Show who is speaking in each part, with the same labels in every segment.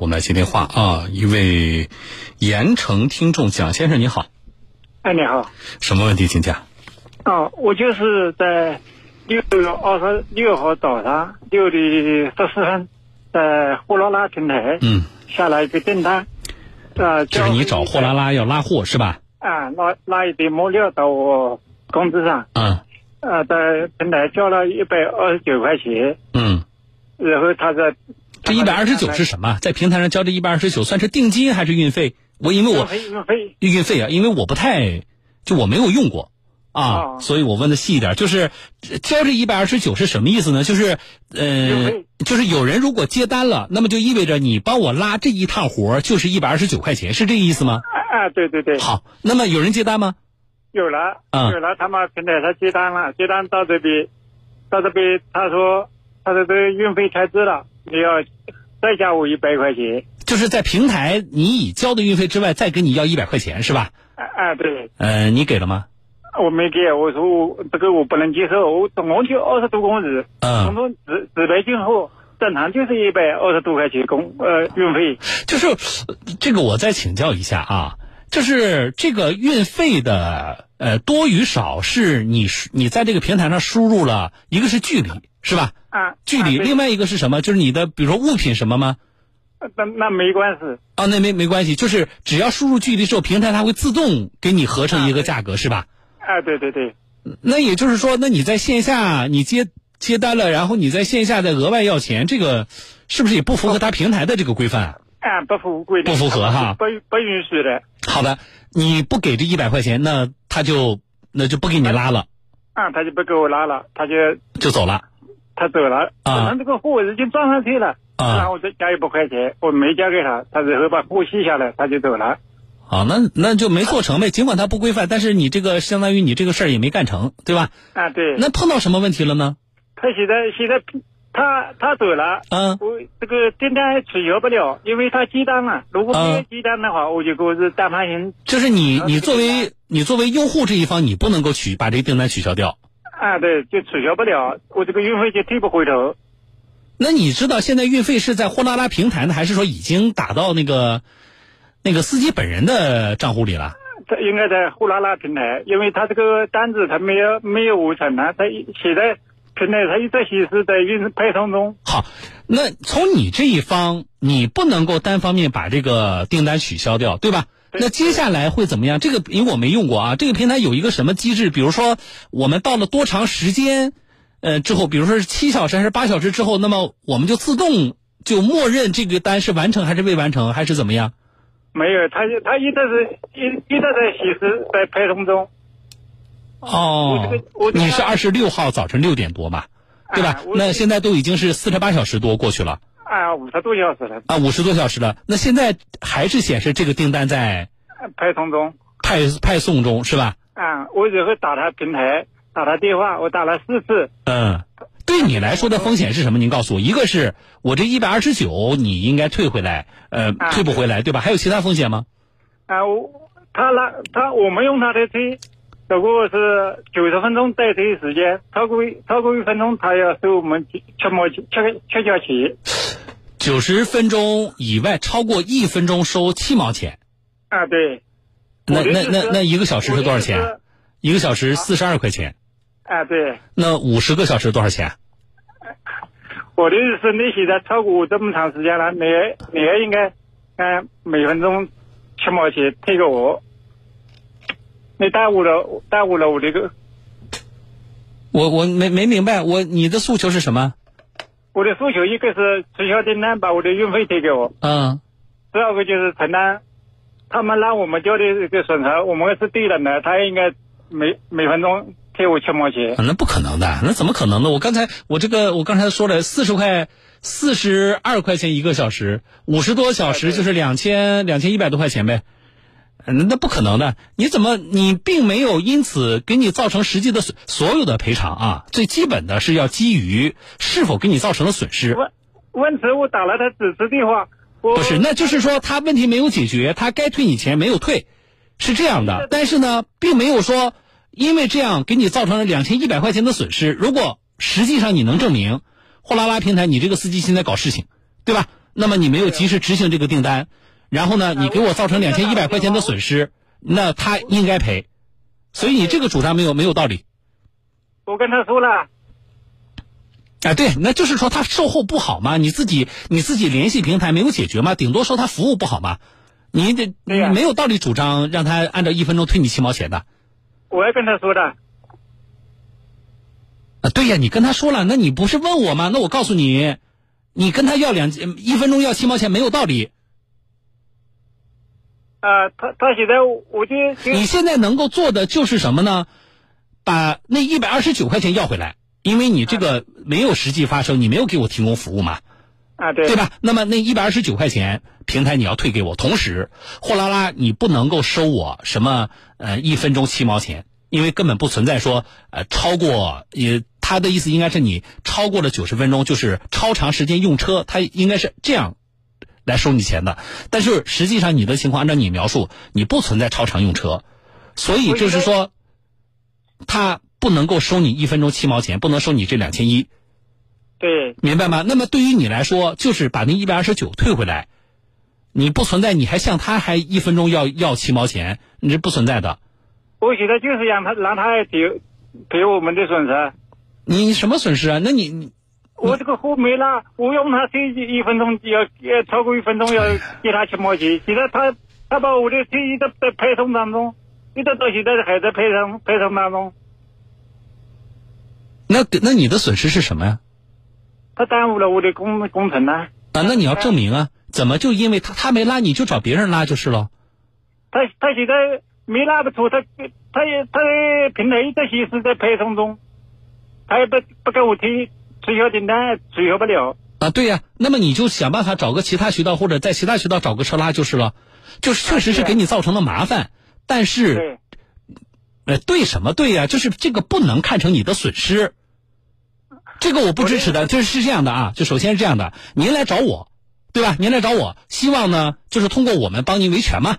Speaker 1: 我们来接电话啊，一位盐城听众蒋先生，你好，
Speaker 2: 哎，你好，
Speaker 1: 什么问题请讲？
Speaker 2: 啊，我就是在六月二十六号早上六点十四分，在货拉拉平台
Speaker 1: 嗯，
Speaker 2: 下来一个订单，啊，
Speaker 1: 就是你找货拉拉要拉货是吧？
Speaker 2: 啊，拉拉一堆木料到我工资上，
Speaker 1: 啊，
Speaker 2: 啊，在平台交了一百二十九块钱，
Speaker 1: 嗯，
Speaker 2: 然后他在
Speaker 1: 这一百二十九是什么？在平台上交这一百二十九算是定金还是运费？我因为我
Speaker 2: 运费运费
Speaker 1: 运费啊，因为我不太就我没有用过啊，
Speaker 2: 哦
Speaker 1: 所以我问的细一点，就是呃交这一百二十九是什么意思呢？就是
Speaker 2: 运
Speaker 1: 呃
Speaker 2: 费，
Speaker 1: 就是有人如果接单了，那么就意味着你帮我拉这一趟活儿就是一百二十九块钱，是这个意思吗？
Speaker 2: 啊啊，对对对，
Speaker 1: 好，那么有人接单吗？
Speaker 2: 有了，
Speaker 1: 嗯
Speaker 2: 有了，他妈平台他接单了，接单到这边，到这边他说他说这个运费开支了，你要再加我一百块钱。
Speaker 1: 就是在平台你已交的运费之外，再给你要一百块钱是吧？
Speaker 2: 啊啊，对，
Speaker 1: 呃，你给了吗？
Speaker 2: 我没给，我说我这个我不能接受，我总共就二十多工时，总
Speaker 1: 嗯，
Speaker 2: 共只只来进货，正常就是一百二十多块钱工呃运费。
Speaker 1: 就是呃这个，我再请教一下啊，就是这个运费的呃多与少，是你输你在这个平台上输入了一个是距离是吧？
Speaker 2: 啊，
Speaker 1: 距
Speaker 2: 啊
Speaker 1: 离，
Speaker 2: 对
Speaker 1: 另外一个是什么？就是你的比如说物品什么吗？
Speaker 2: 那那没关系，
Speaker 1: 啊，那没没关系，就是只要输入距离之后，平台它会自动给你合成一个价格是吧？
Speaker 2: 啊，对对对，
Speaker 1: 那也就是说，那你在线下你接接单了，然后你在线下再额外要钱，这个是不是也不符合它平台的这个规范啊？
Speaker 2: 啊，不符合规定，啊
Speaker 1: 不符合哈
Speaker 2: 不不允许的，
Speaker 1: 好的，你不给这一百块钱，那他就那就不给你拉了，
Speaker 2: 啊，他就不给我拉了，他就
Speaker 1: 就走了。
Speaker 2: 他走了，
Speaker 1: 啊
Speaker 2: 可能这个货已经装上去了，
Speaker 1: 啊
Speaker 2: 然后我再加一百块钱，我没交给他，他然后把货卸下来，他就走了。
Speaker 1: 好，那那就没做成呗。尽管它不规范，但是你这个相当于你这个事儿也没干成，对吧？
Speaker 2: 啊，对，
Speaker 1: 那碰到什么问题了呢？
Speaker 2: 他现在现在他他走了，
Speaker 1: 嗯，
Speaker 2: 我这个订单取消不了，因为他接单了。如果没有接单的
Speaker 1: 啊
Speaker 2: 话，我就给我是单盘人
Speaker 1: 就是你
Speaker 2: 啊
Speaker 1: 你作
Speaker 2: 这
Speaker 1: 为你作为用户这一方，你不能够取把这个订单取消掉。
Speaker 2: 啊，对，就取消不了，我这个运费就退不回头。
Speaker 1: 那你知道现在运费是在货拉拉平台呢，还是说已经打到那个那个司机本人的账户里了？
Speaker 2: 他应该在货拉拉平台，因为他这个单子他没有没有我承担，他一写在平台，他一直显示在运配送中。
Speaker 1: 好，那从你这一方，你不能够单方面把这个订单取消掉，对吧？
Speaker 2: 对
Speaker 1: 那接下来会怎么样？这个因为我没用过啊，这个平台有一个什么机制？比如说我们到了多长时间，呃之后，比如说是七小时还是八小时之后，那么我们就自动就默认这个单是完成还是未完成，还是怎么样？
Speaker 2: 没有，他他一直是一一直在显示在配送中，
Speaker 1: 哦
Speaker 2: 我这个我，这个
Speaker 1: 你是二十六号早晨六点多嘛，对吧
Speaker 2: 啊？我
Speaker 1: 那现在都已经是四十八小时多过去了
Speaker 2: 啊，五十多小时了，
Speaker 1: 啊，五十多小时了。那现在还是显示这个订单在。
Speaker 2: 配送中
Speaker 1: 派派送中是吧？
Speaker 2: 啊，我然后打他平台，打他电话，我打了四次，
Speaker 1: 嗯，对你来说的风险是什么？您告诉我，一个是我这一百二十九你应该退回来，呃，
Speaker 2: 啊
Speaker 1: 退不回来对吧？还有其他风险吗？
Speaker 2: 啊，我他拉他我们用他的推，如果是九十分钟代推时间，超过一超过一分钟，他要收我们七七毛七七七角钱
Speaker 1: 九十分钟以外，超过一分钟收七毛钱。
Speaker 2: 啊，对，
Speaker 1: 那
Speaker 2: 我的意
Speaker 1: 那
Speaker 2: 思
Speaker 1: 那
Speaker 2: 是
Speaker 1: 那一个小时是多少
Speaker 2: 我的意
Speaker 1: 钱
Speaker 2: 思？
Speaker 1: 一个小时四十二块钱。
Speaker 2: 是啊，对，
Speaker 1: 那五十个小时多少钱？
Speaker 2: 我的意思是你现在超过我这么长时间了，你你也应该，嗯、每分钟七毛钱退给我，你耽误了耽误了我这个
Speaker 1: 我我没没明白，我你的诉求是什么？
Speaker 2: 我的诉求，一个是取消订单，把我的运费退给我；
Speaker 1: 嗯，
Speaker 2: 第二个就是承担他们让我们交的这个损耗，我们是对的呢，他应该每每分钟退我七毛钱。
Speaker 1: 啊那不可能的，那怎么可能呢？我刚才我这个我刚才说了，四十块，四十二块钱一个小时，五十多小时
Speaker 2: 对
Speaker 1: 就是两千两千一百多块钱呗。嗯，那不可能的，你怎么你并没有因此给你造成实际的损所有的赔偿啊？最基本的是要基于是否给你造成了损失。
Speaker 2: 问问题我打了他几次电话，我
Speaker 1: 不是，那就是说他问题没有解决，他该退你钱没有退，是这样的。但是呢，并没有说因为这样给你造成了两千一百块钱的损失。如果实际上你能证明货拉拉平台你这个司机现在搞事情，对吧？那么你没有及时执行这个订单，然后呢，你给我造成两千一百块钱的损失，那他应该赔。所以你这个主张没有没有道理。
Speaker 2: 我跟他说了，
Speaker 1: 啊，对，那就是说他售后不好嘛，你自己你自己联系平台没有解决嘛，顶多说他服务不好嘛，你这
Speaker 2: 对呀
Speaker 1: 没有道理主张让他按照一分钟退你七毛钱的
Speaker 2: 我也跟他说的，
Speaker 1: 啊，对呀，你跟他说了，那你不是问我吗？那我告诉你，你跟他要两一分钟要七毛钱没有道理，
Speaker 2: 啊，他他现在我就就
Speaker 1: 你现在能够做的就是什么呢？把那一百二十九块钱要回来，因为你这个没有实际发生，你没有给我提供服务嘛。
Speaker 2: 啊，对
Speaker 1: 对吧？那么那一百二十九块钱，平台你要退给我，同时货拉拉你不能够收我什么呃一分钟七毛钱，因为根本不存在说呃超过也他的意思应该是你超过了九十分钟，就是超长时间用车，他应该是这样来收你钱的。但是实际上你的情况按照你描述，你不存在超长用车，所以就是说他不能够收你一分钟七毛钱，不能收你这两千一。
Speaker 2: 对
Speaker 1: 明白吗？那么对于你来说，就是把那一百二十九退回来，你不存在，你还向他还一分钟要要七毛钱，你这不存在的。
Speaker 2: 我现在就是让他让他也赔赔我们的损失。
Speaker 1: 你什么损失啊？那你你
Speaker 2: 我这个货没拉，我用他推一分钟要要超过一分钟要给他七毛钱，现在他他把我的车一直在赔偿当中，一直到现在还在赔偿赔偿当中，
Speaker 1: 那那你的损失是什么呀？
Speaker 2: 他耽误了我的工工程呢、
Speaker 1: 啊，那你要证明啊，怎么就因为他他没拉你就找别人拉就是了？
Speaker 2: 他他现在没拉不出，他他也他的平台一直显示在赔偿中，他也不不给我提取消订单，取消不了。
Speaker 1: 啊，对呀、那么你就想办法找个其他渠道，或者在其他渠道找个车拉就是了。就是确实是给你造成了麻烦，但是
Speaker 2: 对，
Speaker 1: 呃，对什么对呀、就是这个不能看成你的损失，这个我不支持的。就是是这样的啊，就首先是这样的，您来找我，对吧？您来找我，希望呢就是通过我们帮您维权嘛，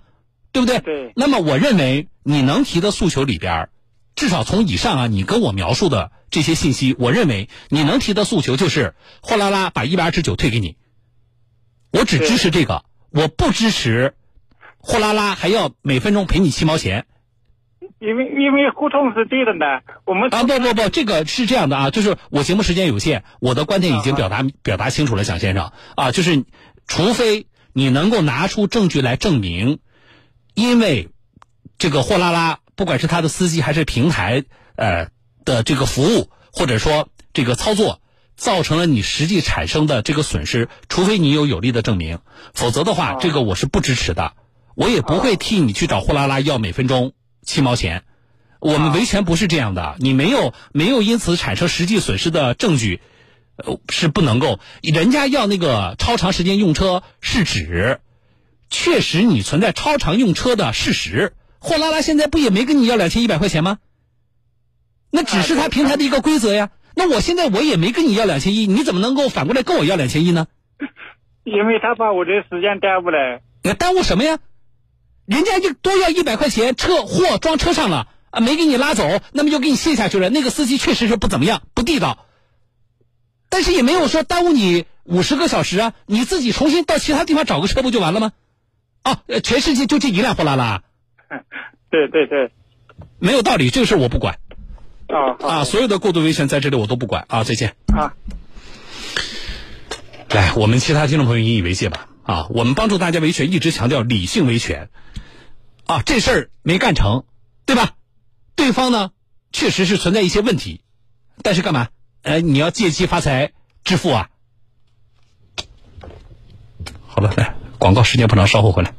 Speaker 1: 对不对？
Speaker 2: 对
Speaker 1: 那么我认为你能提的诉求里边儿，至少从以上啊你跟我描述的这些信息，我认为你能提的诉求就是货拉拉把一百二十九退给你，我只
Speaker 2: 对
Speaker 1: 支持这个，我不支持货拉拉还要每分钟赔你七毛钱。
Speaker 2: 因为因为合同是对的呢，我们
Speaker 1: 啊，不不不，这个是这样的啊，就是我节目时间有限，我的观点已经表达表达清楚了，蒋先生啊，就是除非你能够拿出证据来证明，因为这个货拉拉，不管是他的司机还是平台呃的这个服务，或者说这个操作，造成了你实际产生的这个损失，除非你有有力的证明，否则的话，这个我是不支持的，我也不会替你去找货拉拉要每分钟七毛钱。我们维权不是这样的，你没有没有因此产生实际损失的证据，呃，是不能够。人家要那个超长时间用车是指，确实你存在超长用车的事实。货拉拉现在不也没跟你要两千一百块钱吗？那只是他平台的一个规则呀。那我现在我也没跟你要两千一，你怎么能够反过来跟我要两千一呢？
Speaker 2: 因为他把我的时间耽误了。
Speaker 1: 那呃耽误什么呀？人家就多要一百块钱，车货装车上了啊，没给你拉走，那么就给你卸下去了。那个司机确实是不怎么样，不地道，但是也没有说耽误你五十个小时啊，你自己重新到其他地方找个车不就完了吗？啊，呃全世界就这一辆货拉拉，
Speaker 2: 对对对，
Speaker 1: 没有道理，这个事儿我不管
Speaker 2: 哦好
Speaker 1: 啊，所有的过度维权在这里我都不管啊，再见。
Speaker 2: 啊，
Speaker 1: 来，我们其他听众朋友引以为戒吧。啊，我们帮助大家维权，一直强调理性维权。啊，这事儿没干成，对吧？对方呢，确实是存在一些问题，但是干嘛？呃，你要借机发财致富啊？好了，来，广告时间不长，稍后回来。